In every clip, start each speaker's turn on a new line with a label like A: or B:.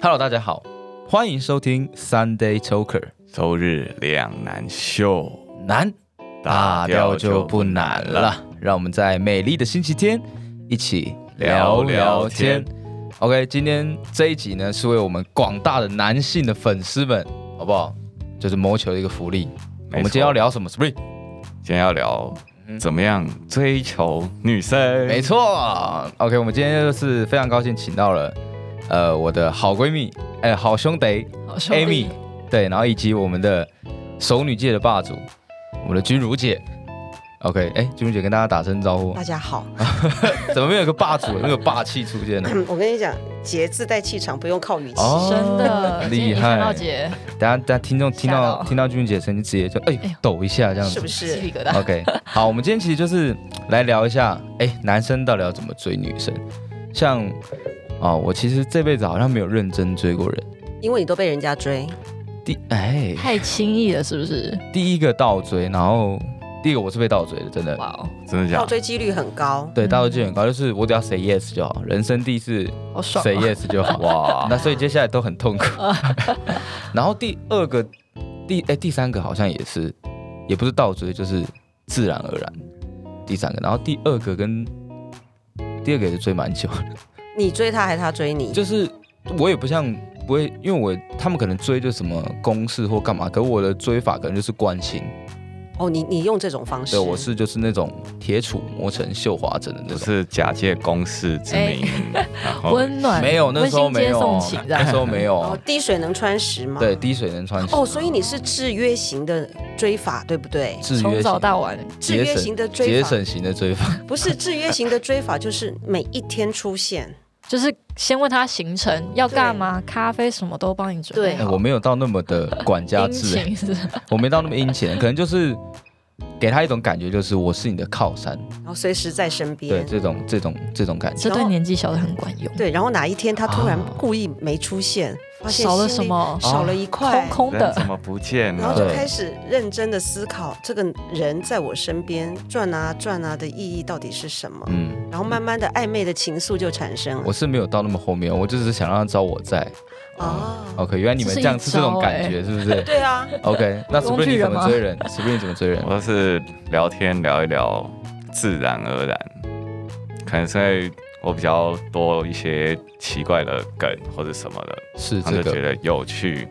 A: Hello，大家好，欢迎收听 Sunday Choker，
B: 周日两难秀，
A: 难大掉就不难了。让我们在美丽的星期天一起聊聊天。OK，今天这一集呢是为我们广大的男性的粉丝们，好不好？就是谋求一个福利。我
B: 没错
A: 们今天要聊什么？Spring，
B: 今天要聊
A: 嗯
B: 怎么样追求女生，
A: 没错。OK，我们今天就是非常高兴请到了，呃，我的好闺蜜，哎、好兄弟
C: 好兄弟
A: Amy，对，然后以及我们的熟女界的霸主，我们的君如姐。OK，哎、君如姐跟大家打声招呼
D: 大，家好，
A: 哎 怎么没有一个霸主那个霸气出现 呢？
D: 我跟你讲，节自带气场，不用靠语气。
A: 哦
C: 真的
A: 厉
C: 今天一看
A: 害
C: 到！姐
A: 等下，等下，听众听
C: 吓
A: 到
C: 到
A: 听到君如姐的声音，直接就哎、
C: 哎呦
A: 抖一下这样
D: 是
A: 子
D: 不。
C: 鸡
D: 是？
C: 皮疙 瘩。
A: OK，好，我们今天其实就是来聊一下，哎、男生到底要怎么追女生？像哦，我其实这辈子好像没有认真追过人。
D: 因为你都被人家追，
A: 第哎，
C: 太轻易了，是不是？
A: 第一个倒追，然后第一个我是被倒追的，真的。
C: 哇嗯哦，
B: 真的假
D: 倒
B: 的？
D: 追几率很高。
A: 对，倒追几率很高，就是我只要 say yes 就好，人生第一次
C: 好爽、
A: say
C: 哦！
A: yes 就 好。
B: 哇，
A: 那所以接下来都很痛苦。 然后第二个，第哎、第三个好像也是，也不是倒追，就是自然而然。第三个，然后第二个跟第二个也是追蛮久，
D: 你追他还是他追你？
A: 就是我也不像不会，因为我他们可能追就什么公式或干嘛，可我的追法可能就是关心。
D: 哦，你你用这种方式，
A: 对，我是就是那种铁杵磨成绣花针的那
B: 不
A: 种。
B: 是假借公事之名，
A: 哎
B: 然后
C: 温暖
A: 没有，那时候
C: 温
A: 没
C: 馨接
A: 有
C: 送情，这
A: 那时
C: 样。
A: 候没有
D: 哦，，滴水能穿石嘛。
A: 对，。滴水能穿石。
D: 哦，所以你是制约型的追法，对不对？
A: 制
C: 从
A: 约
C: 早
A: 型、
C: 到晚，
D: 制
A: 节
D: 约
A: 省
D: 型的追
A: 节
D: 法
A: 省型的追法。
D: 不是制约型的追法，就是每一天出现。
C: 就是先问他行程要干嘛，咖啡什么都帮你准备
D: 对
A: 哎
C: 好。
A: 我没有到那么的管家
C: 殷
A: 制、
C: 勤是不是
A: 我没到那么殷勤，可能就是给他一种感觉，就是我是你的靠山，
D: 然后随时在身
C: 啊
A: 对
D: 边。
A: 这种这种这种感觉。
C: 这对年纪小的很管用。
D: 对，然后哪一天他突然
A: 啊
D: 故意没出现，发现
C: 少了
D: 心
C: 什
D: 里
C: 么
D: 少了一
A: 哦
D: 块
C: 空，空
B: 人
C: 的
B: 怎，么不见
D: 然
B: 了
D: 后？就
A: 对
D: 开始认真的思考，这个人在我身边转啊转啊的意义到底是什么？
A: 嗯，
D: 然后慢慢的暧昧的情愫就产生了
A: 我。是没有到那么后面，我就只是想让他知道我在。
D: 哦，
A: OK，原来你们这样
C: 这
A: 是
C: 是一
A: 这种
C: 招哎
A: 感觉，是不是
D: 对啊，
A: ？OK，那随
C: 工
A: 便
C: 具
A: 你怎
C: 人
A: 么
C: 吗
A: 追人，随便你怎么追人。
B: 我都是聊天聊一聊，自然而然，可能是因为我比较多一些奇怪的梗或者什么的，
A: 是
B: 他
A: 这
B: 们就
A: 个
B: 觉，得有趣，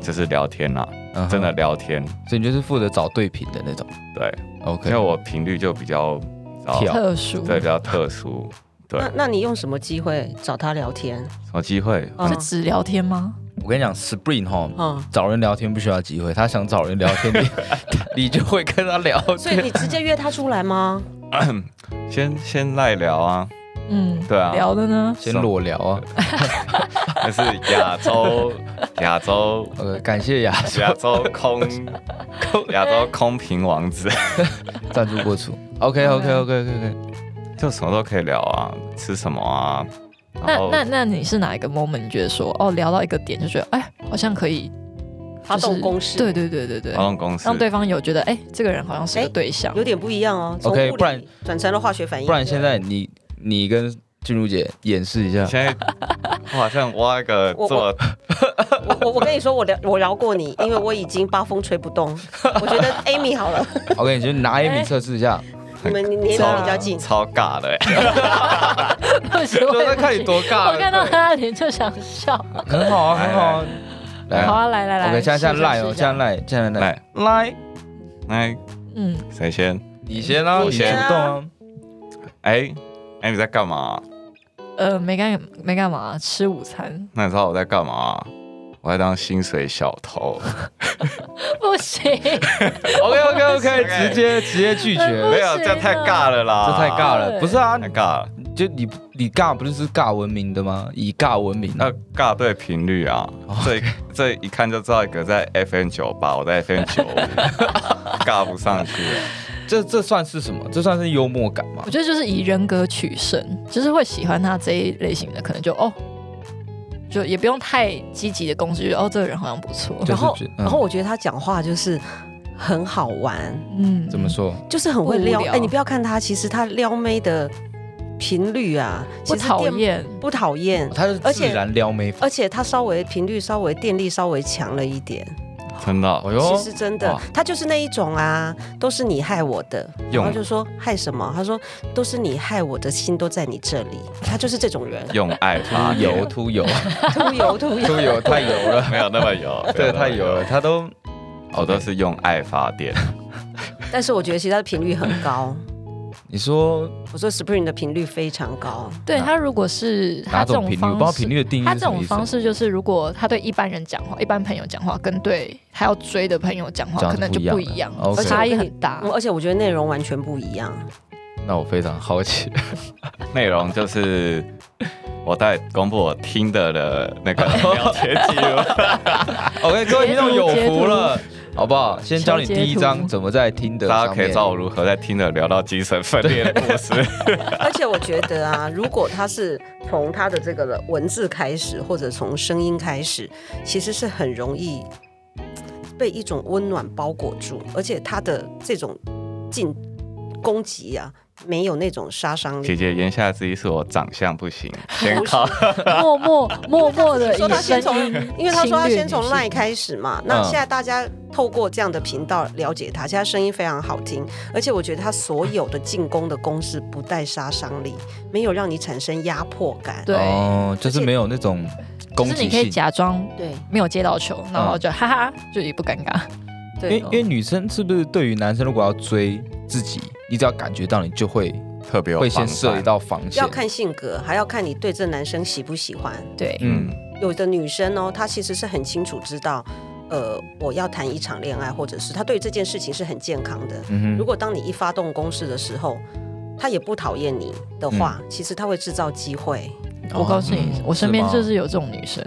B: 就是聊天啦，
A: 嗯哼
B: 真的，聊天，
A: 所以你就是负责找对品的那种。
B: 对，因
A: OK，
B: 为我频率就比较
A: 跳
C: 特殊。
B: 对，比较特殊。对
D: 那，那你用什么机会找他聊天？
B: 什么机会？
D: 嗯
C: 是只聊天吗？
A: 我跟你讲，Spring 哈，
D: 嗯，
A: 找人聊天不需要机会，他想找人聊天，你你 就会跟他聊
D: 所以
A: 天。
D: 你直接约他出来 吗？
B: 先先赖聊啊，
C: 嗯，
B: 对啊
C: 聊的呢？
A: 先裸聊啊
B: 还是亚 洲亚洲
A: ！OK，感谢雅
B: 亚洲 空亚洲空瓶王子，
A: 赞助播出。OK OK OK OK OK，
B: 就什么都可以聊啊，吃什么啊，
C: 那
B: 然后
C: 那那你是哪一个 moment 你觉得说哦聊到一个点就觉得哎好像可以
D: 发动攻势，
C: 对，对对对对
B: 劳，
A: 哦
B: 动公司
C: 让对方有觉得哎这个人好像是个对象
D: 有，点不一样哦。从
A: OK，
D: 物理
A: 不然
D: 转成了化学反应，
A: 不然现在你你跟俊如姐演示一下，
B: 现 在我好像挖一个
D: 我
B: 做
D: 我我我跟你说，我聊我聊过 你，因为我已经八风吹不动。我觉得 Amy 好了，
A: OK，你就拿 Amy 测试一下，
D: 你们年龄
B: 超
D: 比 较近，
B: 超尬的欸，
C: 我觉得 我
A: 就在看你多尬
C: 我看到
A: 了。
C: 他的脸就想笑。
A: 对 很好啊，很好啊。来
C: 好啊，来来来
A: ，OK，现在现在
C: 试一下
A: 赖哦，
C: 试一
A: 现在
C: 下
A: 赖，现在赖
B: 来，
A: 赖，
B: 那
C: 嗯，
B: 谁先？
A: 你先啊，
D: 你
A: 你
B: 先
A: 主
D: 啊
A: 动啊。
B: 哎哎，你在干嘛？
C: 呃，没干没干嘛，吃午餐
B: 那你知道我在干嘛？我在当薪水小偷，
C: 不行，
A: OK OK OK，
B: OK
A: 直接直接拒绝，
C: 不
B: 没
A: 这
C: 行
B: 有，这太尬了啦，
A: 太尬了。
C: 对
A: 不是啊，
B: 太尬了。
A: 就你你尬不就是尬文明的吗？以尬文明
B: 那尬对频率啊，
A: 哦
B: 这这一看就知道一个在 FM 九八，我在 FM 九五，尬不上去。啊
A: 这这算是什么？这算是幽默感吗
C: 我？觉得就是以人格取胜，就是会喜欢他这一类型的，可能就哦，就也不用太积极的攻击，就哦这个人好像不错，
A: 就
D: 然后
A: 是觉得嗯
D: 然后我觉得他讲话就是很好玩，
C: 嗯，
A: 怎么说？
D: 就是很会
C: 不无
D: 撩。
C: 聊
D: 哎、你不要看他，其实他撩妹的频率啊，
C: 不
D: 其实
C: 讨
D: 电，
C: 厌，
D: 不讨厌，
A: 他是
D: 嗯而
A: 自
D: 且
A: 然撩妹法，
D: 而且它稍微频率稍微电力稍微强了一点，
B: 真的
A: 哦
B: 哦，
A: 哟，
D: 其实真的
A: 哇，
D: 他就是那一种啊，都是你害我的，然
B: 用，
D: 后就说害什么？他说都是你害我的心都在你这里，他就是这 种人
B: 用爱
A: 秃
B: 发
A: 油
B: 油，
A: 秃油
D: 秃油秃油，
A: 秃油太油了，
B: 没有那么油，没
A: 对，
B: 有那么
A: 太油了，，他都
B: 我都是用爱发电。
D: 但是我觉得其实他的频率很高，
A: 你说
D: 我说 Spring 的频率非常高，
C: 对
A: 哪
C: 他如果是他
A: 哪
C: 这
A: 种频率？我不知
C: 方
A: 道
C: 式
A: 频。率的定义
C: 他
A: 是
C: 这
A: 什么
C: 种
A: 意
C: 方
A: 思。哦
C: 式就是，如果他对一般人讲话、一般朋友讲话，跟对他要追的朋友讲
A: 这
C: 话，
A: 样
C: 可能就
A: 不一样
C: 不一样
A: 了，OK
C: 差异很大。
D: 嗯而且我觉得内容完全不一样，
A: 那我非常好奇，
B: 内容就是我在公布我听的的那个聊天记 录，
A: OK，各位听众有福了，好不好？先教你
C: 求截图
A: 第一章怎么在听的上
B: 大家
A: 面，
B: 可以知道我如何在听的聊到精神分裂的故事。
D: 而且我觉得啊，如果他是从他的这个文字开始，或者从声音开始，其实是很容易被一种温暖包裹住，而且他的这种进攻击啊，没有那种杀 伤
B: 姐
D: 力。
B: 姐言下之意是我长相不行， 先靠
C: 默默 默默的
D: 说
C: 以
D: 他先
C: 声
D: 从
C: 音，，
D: 因为他说他先从
C: 赖
D: Line 开始嘛，那
A: 嗯
D: 现在大家透过这样的频道了解他，现在声音非常好听，而且我觉得他所有的进攻的攻势不带杀伤力，没有让你产生压迫感。
C: 对
A: 哦，就是没有那种
C: 就
A: 攻
C: 是
A: 击
C: 你可以
A: 性。
C: 假装
D: 对
C: 没有接到球，然后就哈哈，就也不尴尬。
A: 因
D: 对哦
A: 为，因为女生是不是对于男生如果要追自己，你只要感觉到你就会
B: 特别有
A: 会
B: 防
A: 先
B: 范
A: 设一道防线
D: 要，看性格，还要看你对这男生喜不喜欢。
C: 对，
A: 嗯，
D: 有的女生哦，她其实是很清楚知道，呃，我要谈一场恋爱，或者是她对这件事情是很健康的。
A: 嗯
D: 如
A: 哼，
D: 果当你一发动攻势的时候，她也不讨厌你的话，其实她会制造机会。
C: 我告诉你
A: 哦，
C: 我身边
A: 是吗
C: 就是有这种女生，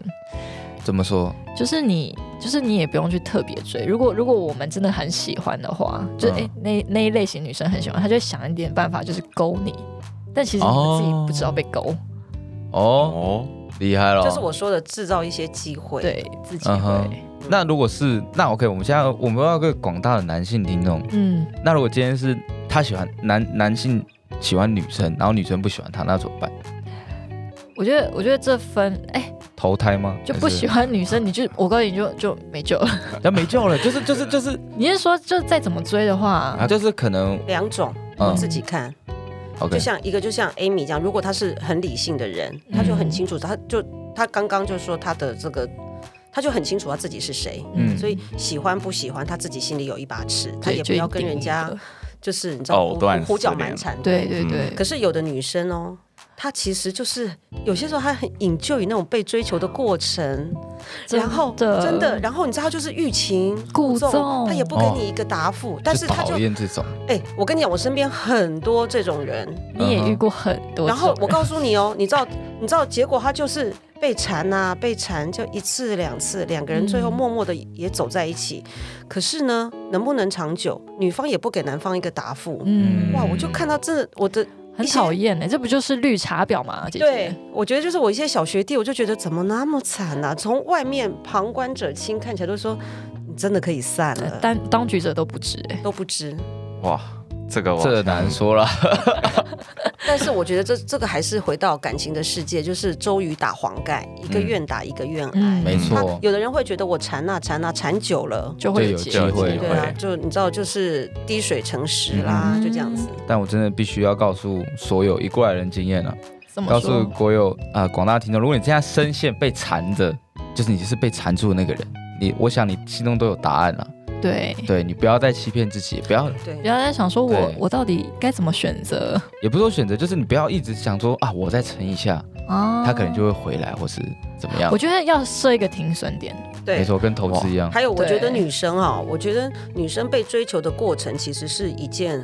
A: 怎么说？
C: 就是你，就是你也不用去特别追。如果如果我们真的很喜欢的话，就是
A: 嗯
C: 诶、那那一类型女生很喜欢，她就会想一点办法，就是勾你。但其实你们自己不知道被勾，
A: 哦，
B: 哦，
A: 厉害了，
D: 就是我说的制造一些机会。，
C: 对自己
A: 嗯
C: 会
A: 哼。那如果是那 OK，我们现在我们要给广大的男性听众，
C: 嗯，
A: 那如果今天是他喜欢男男性喜欢女生，然后女生不喜欢他，那怎么办？
C: 我觉得我觉得这分哎、
A: 投胎吗？
C: 就不喜
A: 欢，
C: 欢女生，你就我告诉你就就没救了。
A: 那没救了，就是就是就是
C: 你是说就再怎么追的话，
A: 啊，就是可能
D: 两种，
A: 嗯
D: 自己看。
A: OK，
D: 就像一个就像 Amy 这样，如果他是很理性的人，
C: 嗯
D: 他就很清楚，他就他刚刚就说他的这个，他就很清楚他自己是谁，
A: 嗯
D: 所以喜欢不喜欢他自己心里有一把尺，他
C: 对
D: 也
C: 就
D: 不
C: 一
D: 要跟
C: 定
D: 人家
C: 的
D: 就是你知道
B: 藕断
D: 胡胡搅
B: 丝连
D: 蛮缠。
C: 对
A: 嗯
C: 对对，
D: 可是有的女生哦，她其实就是有些时候她很引咎于那种被追求的过程，
C: 真
D: 然后
C: 的
D: 真的，然后你知道她就是欲擒
C: 故
D: 纵，
C: 纵
D: 她也不给你一个答复，但是
A: 就
D: 她就
A: 讨厌这种，
D: 哎、我跟你讲，我身边很多这种人，
C: 你
A: 嗯
C: 也遇过很多
D: 然
C: 这种人。
D: 后我告诉你哦，你 知道，你知道结果他就是被缠啊，被缠就一次两次，两个人最后
C: 嗯
D: 默默的也走在一起。可是呢，能不能长久，女方也不给男方一个答复。
C: 嗯，
D: 哇，我就看到这我的
C: 很讨厌欸呢，这不就是绿茶婊吗？姐姐，
D: 对，我觉得就是我一些小学弟，我就觉得怎么那么惨呐、从外面旁观者清看起来都说你真的可以散了，
C: 当当局者都不知哎，
D: 都不知。
B: 哇，这个我
A: 这难说了，
D: 但是我觉得这这个还是回到感情的世界，就是周瑜打黄盖，一个
A: 嗯
D: 愿打一个愿挨。
C: 嗯
A: 没
D: 那
A: 错，
D: 有的人会觉得我缠啊缠啊缠久了，
C: 就
A: 就
C: 会
A: 有
C: 结
A: 机会嗯
D: 对啊，就你知道就是滴水成石啦，就这样子。
A: 但我真的必须要告诉所有一过来人经验啊，
C: 怎么
A: 告诉
C: 说？
A: 国友啊、呃广大听众，如果你现在深陷被缠着，就是你是被缠住的那个人，你我想你心中都有答案了、
C: 对，
A: 对你不要再欺骗自己，不要
C: 不
D: 对，
C: 要再想说我
A: 对
C: 我到底该怎么选择
A: 也不是说选择，就是你不要一直想说啊，我再沉一下，
C: 啊？
D: 哦
A: 他可能就会回来，或是怎么样
C: 我。觉得要设一个停损点，
A: 没
D: 对。
A: 错，跟投资一样。
D: 还有，我
C: 对
D: 觉得女生啊、我觉得女生被追求的过程其实是一件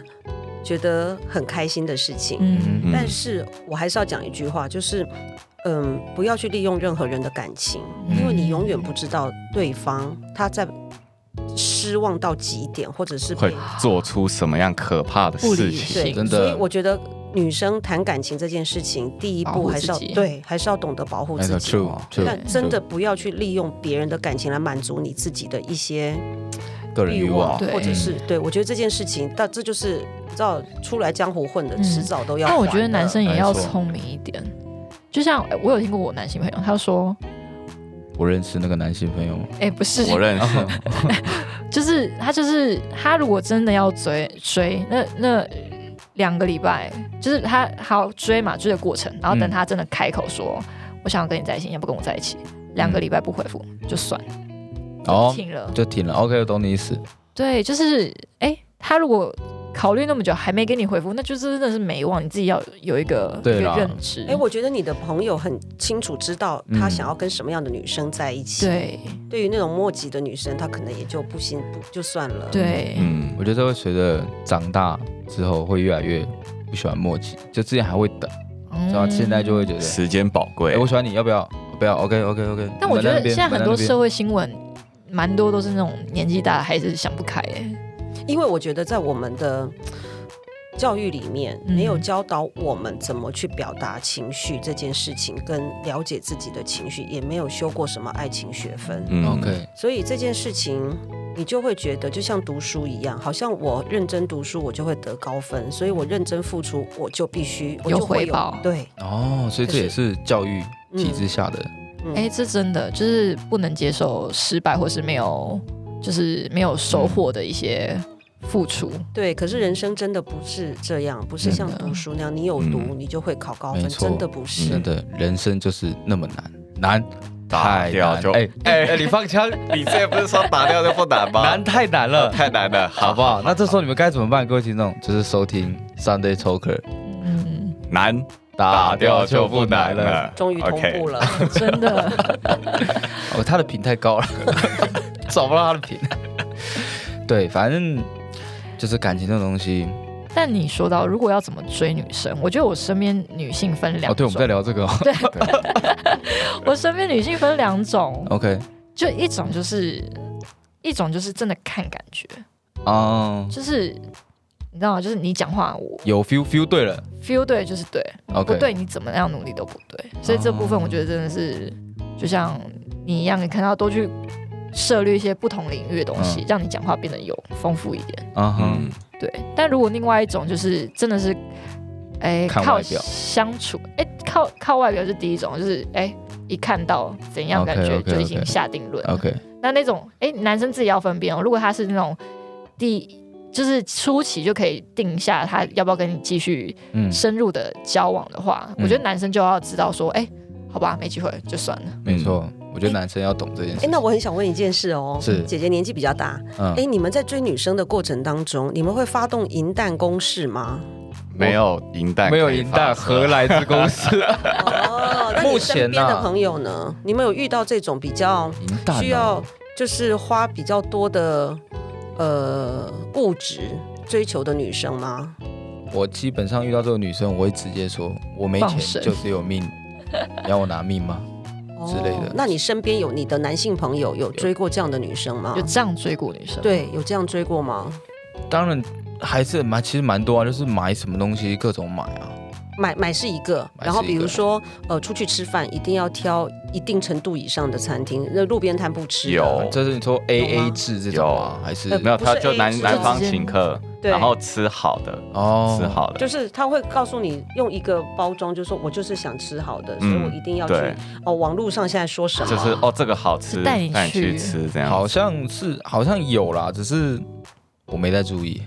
D: 觉得很开心的事情。
C: 嗯，
B: 嗯
D: 但是我还是要讲一句话，就是，嗯，不要去利用任何人的感情，
A: 嗯
D: 因为你永远
C: 嗯
D: 不知道对方他在失望到极点，或者是被
B: 会做出什么样可怕的
C: 不
B: 事
C: 理
B: 情？
C: 性，
A: 真的
D: 所以我觉得女生谈感情这件事情，第一
C: 保
D: 步
C: 护
D: 还是要
C: 自己
D: 对，还是要懂得保护
A: 那
D: 自
A: 个
D: 己。
A: true
B: 哦
A: true，
D: 但真的不要去利用别人的感情来满足你自己的一些
A: 个人欲望，
C: 对
D: 或者
A: 嗯
D: 是对我觉得这件事情，但这就是你知道出来江湖混的，
C: 嗯
D: 迟早都要还
C: 但
D: 的。
C: 我觉得男生也要
A: 没错
C: 聪明一点。就像呃我有听过我男性朋友，他说
A: 我认识那个男性朋友吗？：“
C: 哎、不是，
B: 我认
A: 哦
B: 识，
C: 就是他就是他，如果真的要追追，那那两个礼拜，就是他好追嘛，追的过程，然后等
A: 嗯
C: 他真的开口说、我想要跟你在一起，你要不跟我在一起，两个礼拜不回复就算了，
A: 哦，
C: 停了。
A: 就停了。OK，我懂你意思。
C: 对，就是哎、他如果考虑那么久还没给你回复，那就真的是没望，你自己要有一个
A: 对
C: 一个
A: 啦
C: 认知。
D: 哎，我觉得你的朋友很清楚知道他
A: 嗯
D: 想要跟什么样的女生在一起。
C: 对
D: 对于那种墨迹的女生，她可能也就不行，不就算了。，
C: 对、
B: 嗯
A: 我，觉得这会随着长大之后会越来越不喜欢默契，就之前还会等，
C: 嗯
A: 然后现在就会觉得，
B: 时间宝
A: 哎、
B: 贵
A: 我，喜欢你，要不要？不要，OK OK OK。
C: 但我觉得现在很多社
A: 会，
C: 会新闻，蛮多都是那种年纪大的孩子想不开、欸，
D: 因为我觉得在我们的教育里面，
C: 嗯
D: 没有教导我们怎么去表达情绪这件事情，跟了解自己的情绪，也没有修过什么爱情学分。
B: 嗯
A: OK，
D: 所以这件事情，你就会觉得就像读书一样，好像我认真读书，我就会得高分，所以我认真付出，我就必须我
C: 有
D: 就会
C: 回报
D: 对，
A: 哦，所以这也是教育体制下的，
D: 嗯
C: 哎、这真的就是不能接受失败，或是没有，就是没有收
A: 嗯
C: 获的一些付出。
D: 对。可是人生真的不是这样，不是像
C: 真的
D: 读书那样，你有读
B: 嗯
D: 你就会考高
A: 没
D: 分，
A: 错嗯
D: 真的不
C: 嗯
D: 是。
A: 真的人生就是那么难，难
B: 打
A: 太
B: 掉
A: 难
B: 就
A: 了。哎哎、哎你放枪，
B: 你这不是说打掉就不难吗？
A: 难太难
B: 呃
A: 了。
B: 太难了，
A: 好
B: 好
A: 不好？那这时候你们该怎么办，各位听众？就是收听 Sunday Talker，
C: 嗯，
B: 难
A: 打
B: 打
A: 掉
B: 掉
A: 就
B: 就
A: 不
B: 不
A: 难
B: 难
A: 了
B: 了。
D: 终于同
B: OK
D: 步了。
C: 真的，
A: 哦，他的评太高了， 找不到他的评。对，反正就是感情这种东西。哦
C: 但你说到如果要怎么追女生，我觉得我身边女性分
A: 哦，
C: 两
A: 对，
C: 种。
A: 我们在聊这个、 哦。对
C: 我身边女性分两种，
A: ，OK，
C: 就一种就是一种就是真的看感觉，
A: 哦、
C: 就是你知道吗？就是你讲话我
A: 有 feel feel 对了
C: feel 对就是对
A: ，OK，
C: 不对你怎么样努力都不对。所以这部分
A: 哦
C: 我觉得真的是、就像你一样，你可能要多去涉猎一些不同领域的东西，
A: 嗯
C: 让你讲话变得有丰富一点。
A: 嗯哼，
B: 嗯，
C: 对，但如果另外一种就是真的是。哎，
A: 看
C: 靠
A: 外表
C: 相处，哎，靠靠外表是第一种，就是哎，一看到怎样感觉
A: OK，OK，OK
C: 就已经下定论了
A: OK，
C: 那那种，哎、男生自己要分辨哦。如果他是那种第，就是初期就可以定下他要不要跟你继续
A: 嗯，
C: 深入的交往的话，
A: 嗯
C: 我觉得男生就要知道说，哎、好吧，没机会就算了。
A: 没错，我觉得男生要懂这件事
D: 哎，。那我很想问一件事哦，
A: 是
D: 姐姐年纪比较大，
A: 嗯
D: 哎，，你们在追女生的过程当中，你们会发动银弹攻势吗？
B: 没有银弹，
A: 没有赢但何？来之公 司？
D: 哦，那你
A: 目前
D: 身边
A: 呐
D: 的朋友呢？你们有遇到这种比较
A: 赢蛋哦
D: 需要就是花比较多的呃物质追求的女生吗？
A: 我基本上遇到这个女生，我会直接说，我没
C: 放
A: 钱
C: 生
A: 就只有命，你要我拿命吗？之类的
D: 哦那你身边有你的男性朋友有追过这样的女生吗
C: 就？这样追过女生，，
D: 对，有这样追过吗？
A: 当然还是蛮，其实蛮多啊，就是买什么东西各种买啊。
D: 买买是一个，
A: 买是一个
D: 然后比如说呃，出去吃饭一定要挑一定程度以上的餐厅，那路边摊不吃的
B: 哦有
A: 这是你说 A A 制这种吗？
B: 有
A: 还是
D: 呃
B: 没有，他就
D: 不是 A
B: 男
D: 是
B: 男方
C: 直接
B: 请客，
D: 对
B: 然后吃好的，
A: 哦
B: 吃好的
D: 就。是他会告诉你用一个包装，就说我就是想吃好的，所以
B: 嗯
D: 我一定要去。
B: 对，
D: 哦，网络上现在说什么？
B: 就是哦，这个好吃，
C: 就带你
B: 去
C: 去
B: 吃这样。
A: 好像是好像有啦，只是我没在注意，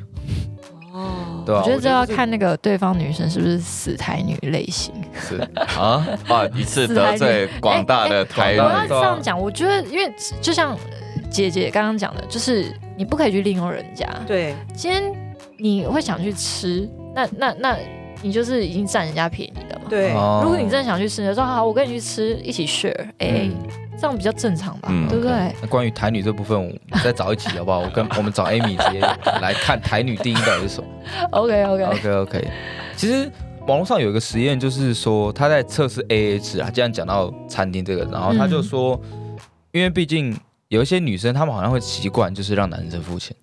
D: 哦，
A: 对吧、
C: 我觉得这要
A: 就是
C: 看那个对方女生是不是死台女类型。
A: 是 啊，
B: 啊，一次得罪广大的台
A: 哎
B: 女
A: 哎
C: 我
A: 广
C: 要
A: 大的
C: 这样讲，我觉得因为就像呃姐姐刚刚讲的，就是你不可以去利用人家，
D: 对，
C: 今天你会想去吃，那那那你就是已经占人家便宜了嘛。
D: 对，
A: 哦
C: 如果你真的想去吃，你就说好，我跟你去吃，一起 share，哎、
A: 嗯
C: 这样比较正常吧，
B: 嗯
C: 对不
A: OK，
C: 对？
A: 那关于台女这部分，我们再找一集好不好？我跟我们找 Amy 直接来看台女定义到底是什么。
C: ？OK OK，,
A: OK OK，其实网络上有一个实验，就是说他在测试 AA 制啊。既然讲到餐厅这个，然后他就说，因为毕竟有一些女生，她们好像会习惯就是让男生付钱，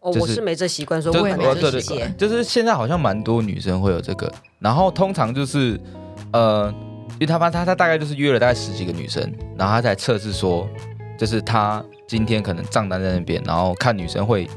D: 哦，
A: 就是
D: 我是没这习惯，所以
A: 就
D: 我
A: 是
D: 很
A: 哦
D: 能
A: 对
D: 理
A: 对
D: 解。
A: 就是现在好像蛮多女生会有这个，然后通常就是呃，因为他发他他大概就是约了大概十几个女生，然后他才测试说就是他今天可能账单在那边，然后看女生会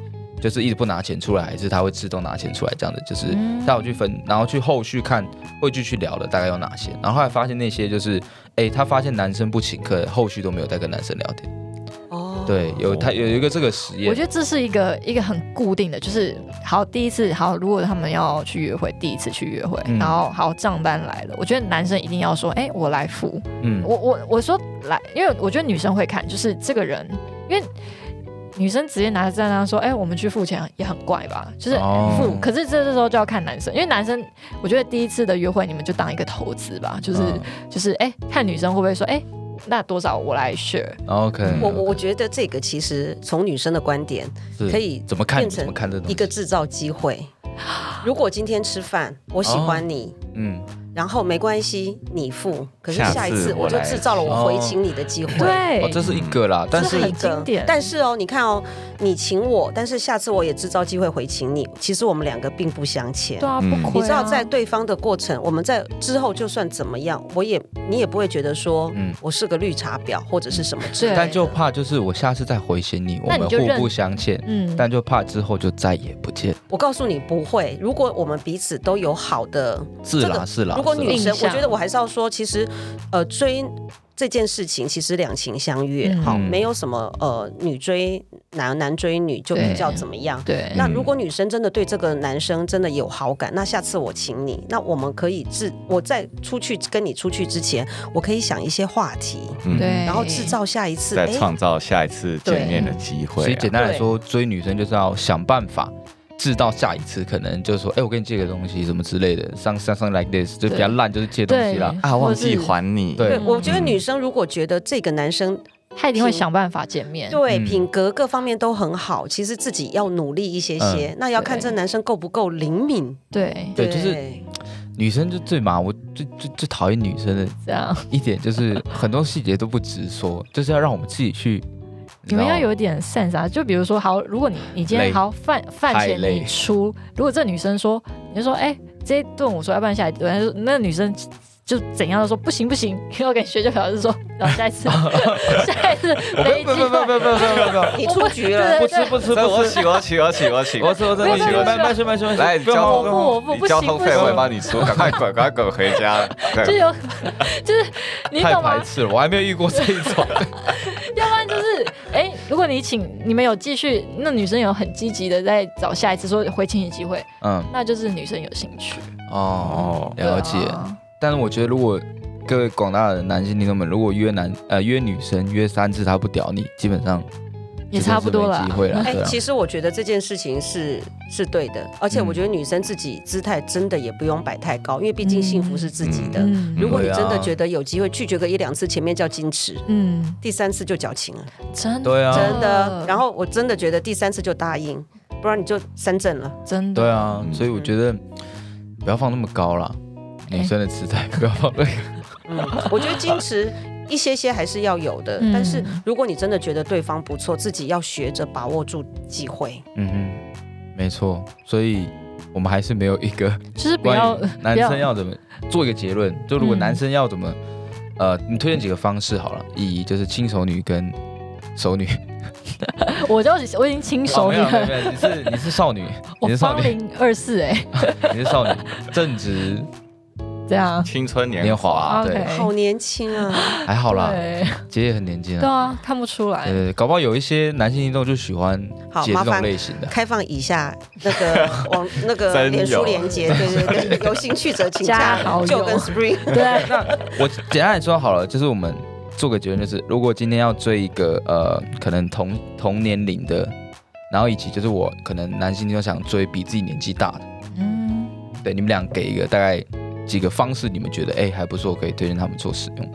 A: 就是一直不拿钱出来，还是他会自动拿钱出来这样的，就是
C: 嗯
A: 带我去分，然后去后续看会继续聊的大概有哪些，然后后来发现那些就是，哎，他发现男生不请客，后续都没有再跟男生聊天，
D: 哦，
A: 对，有他有一个这个实验
C: 我觉，得这是一个一个很固定的，就是好第一次好，如果他们要去约会，第一次去约会，
A: 嗯
C: 然后好账单来了，我觉得男生一定要说，哎、我来付。
A: 嗯，
C: 我我我说来，因为我觉得女生会看，就是这个人，因为女生直接拿着账单说，哎、我们去付钱也很怪吧，就是
A: 哦
C: 付。可是这这时候就要看男生，因为男生我觉得第一次的约会你们就当一个投资吧，就是、
A: 嗯
C: 就是哎、看女生会不会说，哎、那多少我来 share。
A: OK，嗯
D: 我我我觉得这个其实从女生的观点
A: 是
D: 可以
A: 怎么看
D: 变成
A: 怎么看这东西
D: 一个制造机会。如果今天吃饭，我喜欢你，
A: 嗯
D: 然后没关系，你付。可是
B: 下
D: 下一
B: 次
D: 次
B: 我
D: 我就
B: 来
D: 制造了我回请你的机会。
C: 对，
A: 哦，这是一个啦，但
C: 这
A: 是
C: 很
D: 一个
C: 经典
D: 但是哦，你看哦，你请我，但是下次我也制造机会回请你。其实我们两个并不相欠。
C: 对啊，不
B: 嗯
C: 亏、啊
D: 你知道，在对方的过程，我们在之后就算怎么样，我也你也不会觉得说，
A: 嗯
D: 我是个绿茶婊或者是什么之类
C: 对
D: 的。
A: 但就怕就是我下次再回信你，我
C: 那你
A: 们
C: 就
A: 互
C: 认
A: 不相欠，
C: 嗯，
A: 但就怕之后就再也不见。
D: 我告诉你不会，如果我们彼此都有好的
A: 是
D: 这
A: 啦
D: 个
A: 是啦，
D: 如果
A: 是
D: 女
A: 啦
D: 生，
C: 印
D: 我
C: 象
D: 觉得我还是要说，其实，呃，追这件事情其实两情相悦，
C: 嗯
D: 好，没有什么呃女追男，男追女就比较怎么样。
C: 对，
D: 那如果女生真的对这个男生真的有好感，那下次我请你，那我们可以制我在出去跟你出去之前，我可以想一些话题，
B: 嗯
C: 对，
D: 然后制造下一次，
B: 再
D: 诶
B: 创造下一次见面的机会、啊。
A: 所以简单来说，追女生就是要想办法。制到下一次可能就是说，哎、我给你借个东西什么之类的，上上上 like this 就比较烂，就是借东西啦
C: 对。
B: 啊，忘记
C: 或是
B: 还你。
A: 对
D: 对，
C: 嗯
D: 我觉得女生如果觉得这个男生
C: 他一定会想办法见面。
D: 对，
A: 嗯
D: 品格各方面都很好，其实自己要努力一些些。那要看
C: 嗯对
D: 这男生够不够灵敏。
C: 对，
A: 对就是
D: 哎
A: 女生就最麻，我最最最讨厌女生的
C: 这样
A: 一点就是很多细节都不直说，就是要让我们自己去。
C: 你们
A: 知道
C: 要有一点 sense 啊。就比如说，好，如果你你今
A: 累
C: 天好饭饭
A: 太
C: 钱
A: 累
C: 你出，如果这女生说，你就说，哎、这一顿我说，要不然下一顿，她说那女生。就怎样都说不行不行， 要跟学校表示说，然后下 一次，下一次没
A: 不
C: 机
A: 不不不
C: 会，
A: 不不不不
D: 你出局
C: 对
D: 了，
A: 不吃不吃
B: 这
A: 不
B: 我
A: 吃，
B: 请，我请，我请，我请，
A: 我吃我吃
B: 不
A: 不
B: 行
A: 行，
B: 不行
A: 慢慢慢慢慢
B: 来，
A: 不
B: 交
A: 要
B: 通
A: 忙
C: 不我不
B: 你
C: 不
B: 交
C: 行
B: 通
C: 不
B: 费我也
C: 行
B: 帮你出，赶快滚，赶快滚回家。
C: 就
B: 对，
C: 有 就是你
A: 太
C: 懂吗
A: 排？斥了，我还没有遇过这一种。
C: 要不然就是，哎、如果你请你们有继续，那女生有很积极的在找下一次说回请你机会，
A: 嗯，
C: 那就是女生有兴趣。
A: 哦，
C: 对啊
A: 了解。但是我觉得，如果各位广大的男性听众们，如果约男呃约女生约三次他不屌你，基本上
C: 也差不多了
A: 基
C: 啊。
A: 本上是没机
D: 哎、
A: 会了，对啊
D: 其实我觉得这件事情是是对的，而
A: 嗯
D: 且我觉得女生自己姿态真的也不用摆太高，因为毕竟幸福是自己的。
C: 嗯
D: 如果你
A: 对啊
D: 真的觉得有机会拒绝个一两次，前面叫矜持，
C: 嗯，
D: 第三次就矫情了，
C: 真
A: 对啊
D: 真的。
C: 嗯
D: 然后我真的觉得第三次就答应，不然你就三正了。
C: 真的
A: 对啊，
B: 嗯
A: 所以我觉得不要放那么高啦，
C: 哎
A: 女生的姿态不要放那么
D: 嗯，我觉得矜持一些些还是要有的，
C: 嗯
D: 但是如果你真的觉得对方不错，自己要学着把握住机会。
A: 嗯哼，没错。所以我们还是没有一个
C: 就是不要
A: 关于男生
C: 不
A: 要怎么做一个结论，就如果
C: 嗯
A: 男生要怎么，呃，你推荐几个方式好了，以就是轻熟女跟熟 女。
C: 我就我已经亲手
A: 哦没
C: 你
A: 有没有
C: 了，
A: 没有，你 是你是少女，你
C: 我
A: 是少
C: 芳
A: 女，
C: 龄二四哎，
A: 你是少女，正 值
C: 这样
B: 青春年
A: 年华，
B: 华，
A: 对，
C: OK
D: 好年轻啊！
A: 还好啦，
C: 对
A: 姐也很年轻
C: 对
A: 啊。
C: 啊，看不出来。
A: 呃，搞不好有一些男性听众就喜欢
D: 好
A: 姐这
D: 麻
A: 种
D: 烦
A: 类型 的。
D: 开放以下那个网那个
B: 真
D: 脸
B: 有
D: 书连接，对对对，有兴趣者请加
C: 加好友
D: 就跟 Spring。
C: 对，
A: 我简单来说好了，就是我们做个结论，就是如果今天要追一个呃，可能同同年龄的，然后以及就是我可能男性听众想追比自己年纪大的，
C: 嗯，
A: 对，你们俩给一个大概几个方式，你们觉得哎、还不错，可以推荐他们做使用。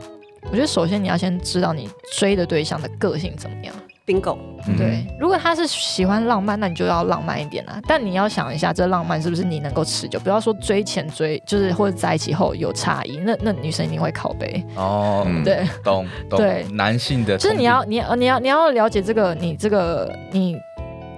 C: 我觉得首先你要先知道你追的对象的个性怎么样。
D: bingo，
A: 嗯
C: 对，，如果他是喜欢浪漫，那你就要浪漫一点啊。但你要想一下，这浪漫是不是你能够持久？不要说追前追，就是或者在一起后有差异，那那女生一定会靠背。
A: 哦，
B: 嗯
C: 对，
A: 懂懂，
C: 对
A: 男性的
C: 就是
A: 同
C: 你
A: 理
C: 要，你要，你要，你要了解这个，你这个，你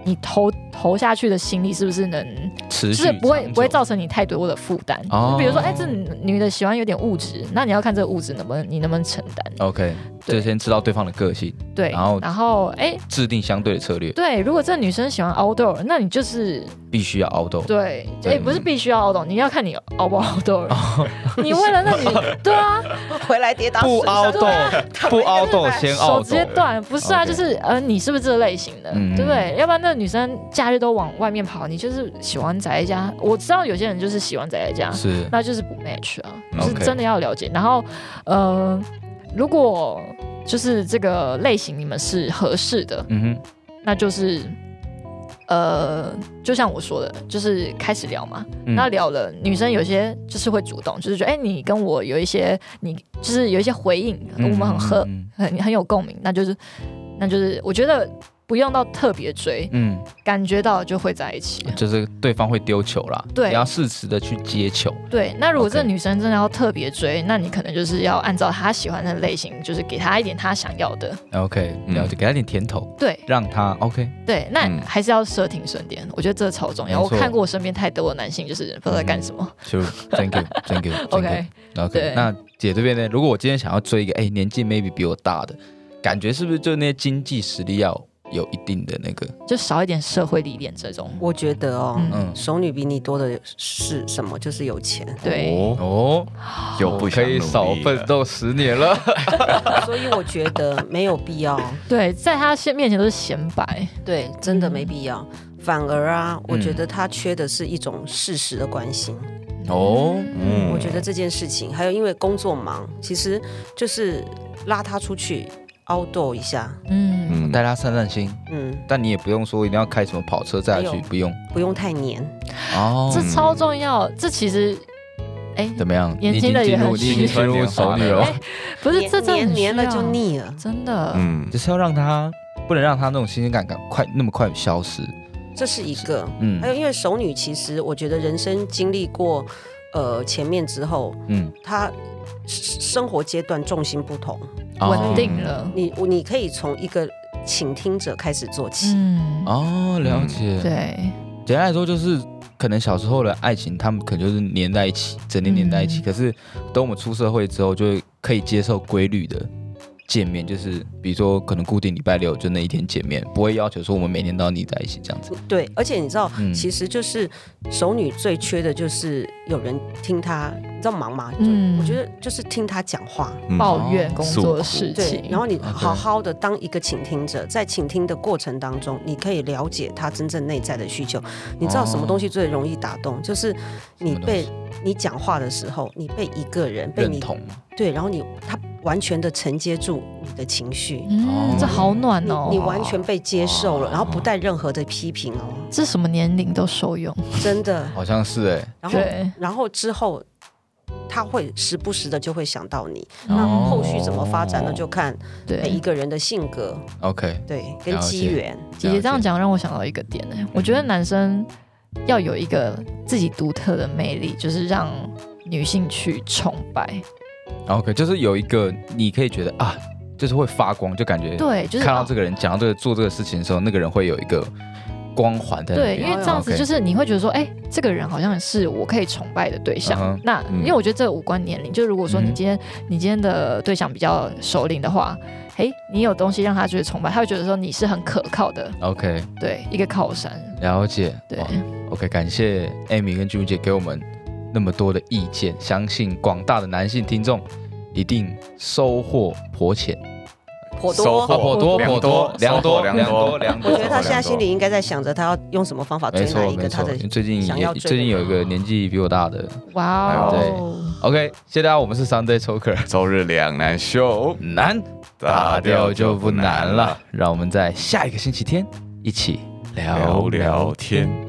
C: 你投投下去的心力是不是能，
A: 持
C: 就
A: 续
C: 是不会
A: 长久
C: 不会造成你太多的负担。
A: 哦
C: 就比如说，哎、这女的喜欢有点物质，那你要看这个物质能不能你能不能承担。
A: OK，
C: 对
A: 就先知道对方的个性，
C: 对，
A: 然后
C: 然后哎、
A: 制定相对的策略，
C: 对，如果这女生喜欢 outdoor，那你就是
A: 必须要凹斗。
C: 对，哎、
A: 对哦
C: 不是必须要 outdoor，你要看你 out 不 outdoor。你为了那 女，对啊，
D: 回来跌打
A: 不
D: 死
A: 凹斗
C: 对啊，
A: 不凹 斗
B: 嗯
A: 先
C: 手
A: 凹
C: 直
A: 斗
C: 接。断，不是啊，
A: OK
C: 就是呃，你是不是这类型的，
A: 嗯
C: 对不对？要不然那女生假日都往外面跑，你就是喜欢宅在家。我知道有些人就是喜欢宅在家，
A: 是
C: 那就是不 match 啊，就
A: OK
C: 是真的要了解。然后，呃，如果就是这个类型你们是合适的，
A: 嗯哼，
C: 那就是呃，就像我说的，就是开始聊嘛。
A: 嗯
C: 那聊了，女生有些就是会主动，就是觉得哎、你跟我有一些，你就是有一些回应，
A: 嗯
C: 我们很合，
A: 嗯
C: 很很有共鸣，那就是那就是我觉得不用到特别追，
A: 嗯，
C: 感觉到就会在一起。
A: 嗯就是对方会丢球啦，
C: 对
A: 你要适时的去接球。
C: 对，那如果
A: OK
C: 这个女生真的要特别追，那你可能就是要按照她喜欢的类型，就是给她一点她想要的。
A: OK，
B: 嗯
A: 了解，给他点甜头，
C: 对
A: 让他 OK。
C: 对，那
B: 嗯
C: 还是要设停损点，我觉得这超重要。
A: 没
C: 我
A: 错
C: 看过我身边太多的男性，就是不知道在干什么。
A: True，Thank you，Thank you，Thank you
C: OK。
A: OK，
C: 对
A: 那姐这边呢？如果我今天想要追一个，哎、年纪 maybe 比我大的，感觉是不是就那些经济实力要有一定的那个？
C: 就少一点社会历练这种。
D: 我觉得哦，
C: 嗯
A: 嗯，
D: 熟女比你多的是什么？就是有钱。
C: 对，
B: 哦，
A: 哦，
B: 又不想
A: 可
B: 努力
A: 以少
B: 了
A: 奋斗十年 了。
D: 所以我觉得没有必要，
C: 对，在他现面前都是显摆，
D: 对，真的没必要。反而啊，我觉得他缺的是一种事实的关心。
A: 哦，
B: 嗯
D: 我觉得这件事情，还有因为工作忙，其实就是拉他出去 outdoor 一下，
C: 嗯，
B: 嗯，
A: 带他散散心，
D: 嗯，
A: 但你也不用说一定要开什么跑车载他
D: 没
A: 去，
D: 有
A: 不用。
D: 不用太黏。
A: 哦，
C: 这超重要。这其实，哎，
A: 怎么样？
C: 年
A: 你已
C: 轻
A: 经
C: 的也
A: 进入，
C: 很
A: 你已经
C: 需
A: 进入
B: 要
A: 熟女了
C: 哎，不是
D: 黏
C: 这这
D: 黏
C: 很
D: 黏了
C: 需
D: 就
C: 要，
D: 腻了。
C: 真的，
B: 嗯
A: 只是要让他，不能让他那种新鲜感赶快那么快消失。
D: 这是一个。
A: 嗯
D: 还有，因为熟女其实我觉得人生经历过，呃，前面之后，
A: 嗯，
D: 她生生活阶段重心不同，
C: 稳
A: 哦
C: 定了，
D: 你我你可以从一个倾听者开始做起。
C: 嗯，
A: 哦，了解。，
C: 对，
A: 简单来说就是，可能小时候的爱情，他们可能就是黏在一起，整天黏在一起。
C: 嗯
A: 可是等我们出社会之后，就会可以接受规律的见面，就是比如说可能固定礼拜六就那一天见面，不会要求说我们每天都要腻在一起这样子。
D: 对，而且你知道，
A: 嗯
D: 其实就是熟女最缺的就是有人听她，你知道忙嘛？嗯，
C: 嗯
D: 我觉得就是听她讲话。
B: 嗯
C: 抱怨工作的事
D: 哦对
C: 情，，
D: 然后你
A: OK
D: 好好的当一个倾听者，在倾听的过程当中，你可以了解她真正内在的需求。你知道什么东西最容易打动？就是你
A: 什么东
D: 被
A: 西
D: 你讲话的时候，你被一个人被
A: 认
D: 你
A: 同
D: 对，然后你他完全的承接住你的情绪，
A: 哦
C: 嗯，这好暖哦，
D: 你你完全被接受了，
A: 哦
D: 然后不带任何的批评哦，
C: 这什么年龄都受用，
D: 真的。
A: 好像是哎、
D: 然后
C: 对，
D: 然后之后他会时不时的就会想到你，
C: 嗯
D: 那
A: 哦
D: 后哎续怎么发展呢？就看每
C: 对。
D: 一个人的性格，
A: OK，
D: 对，跟
A: 了解
D: 机缘。
C: 姐姐这样讲让我想到一个点、欸，我觉得男生要有一个自己独特的魅力，就是让女性去崇拜，
A: OK，就是有一个你可以觉得啊，就是会发光，就感觉
C: 对，就是
A: 看到
C: 哦
A: 这个人讲到这个做这个事情的时候，那个人会有一个光环在那
C: 对，
A: 边。
C: 因为这样子
A: 哦 OK
C: 就是你会觉得说，哎、这个人好像是我可以崇拜的对象。
A: 嗯哼
C: 那
B: 嗯
C: 因为我觉得这无关年龄，就如果说
A: 嗯
C: 你
A: 哼
C: 今天、你今天的对象比较熟龄的话，哎、你有东西让他觉得崇拜，他会觉得说你是很可靠的，
A: OK
C: 对，一个靠山。
A: 了解。哦
C: 对
A: 哇 OK，感谢 Amy 跟 June 姐给我们那么多的意见，相信广大的男性听众一定收获颇浅，
D: 颇
B: 收
D: 多。
A: 啊
B: 获
A: 颇多颇
B: 颇
A: 多
B: 多，
A: 良多
B: 收获
A: 良多
B: 良多
A: 良
D: 我
A: 多
D: 觉。得他现在
B: 两周
D: 心里应该在想着，他要用什么方法追
A: 没
D: 哪
A: 错
D: 一
A: 没
D: 个他
A: 错
D: 啊的，。
A: 最近
D: 想
A: 也
D: 要追的
A: 最近有一个年纪比我大的。
C: 哇
A: 哎
C: 哦，
A: OK，谢谢大家，我们是 Sunday Choker
B: 周日两难秀，
A: 难。打掉就不难了。。让我们在下一个星期天一起聊
B: 聊
A: 聊
B: 聊天。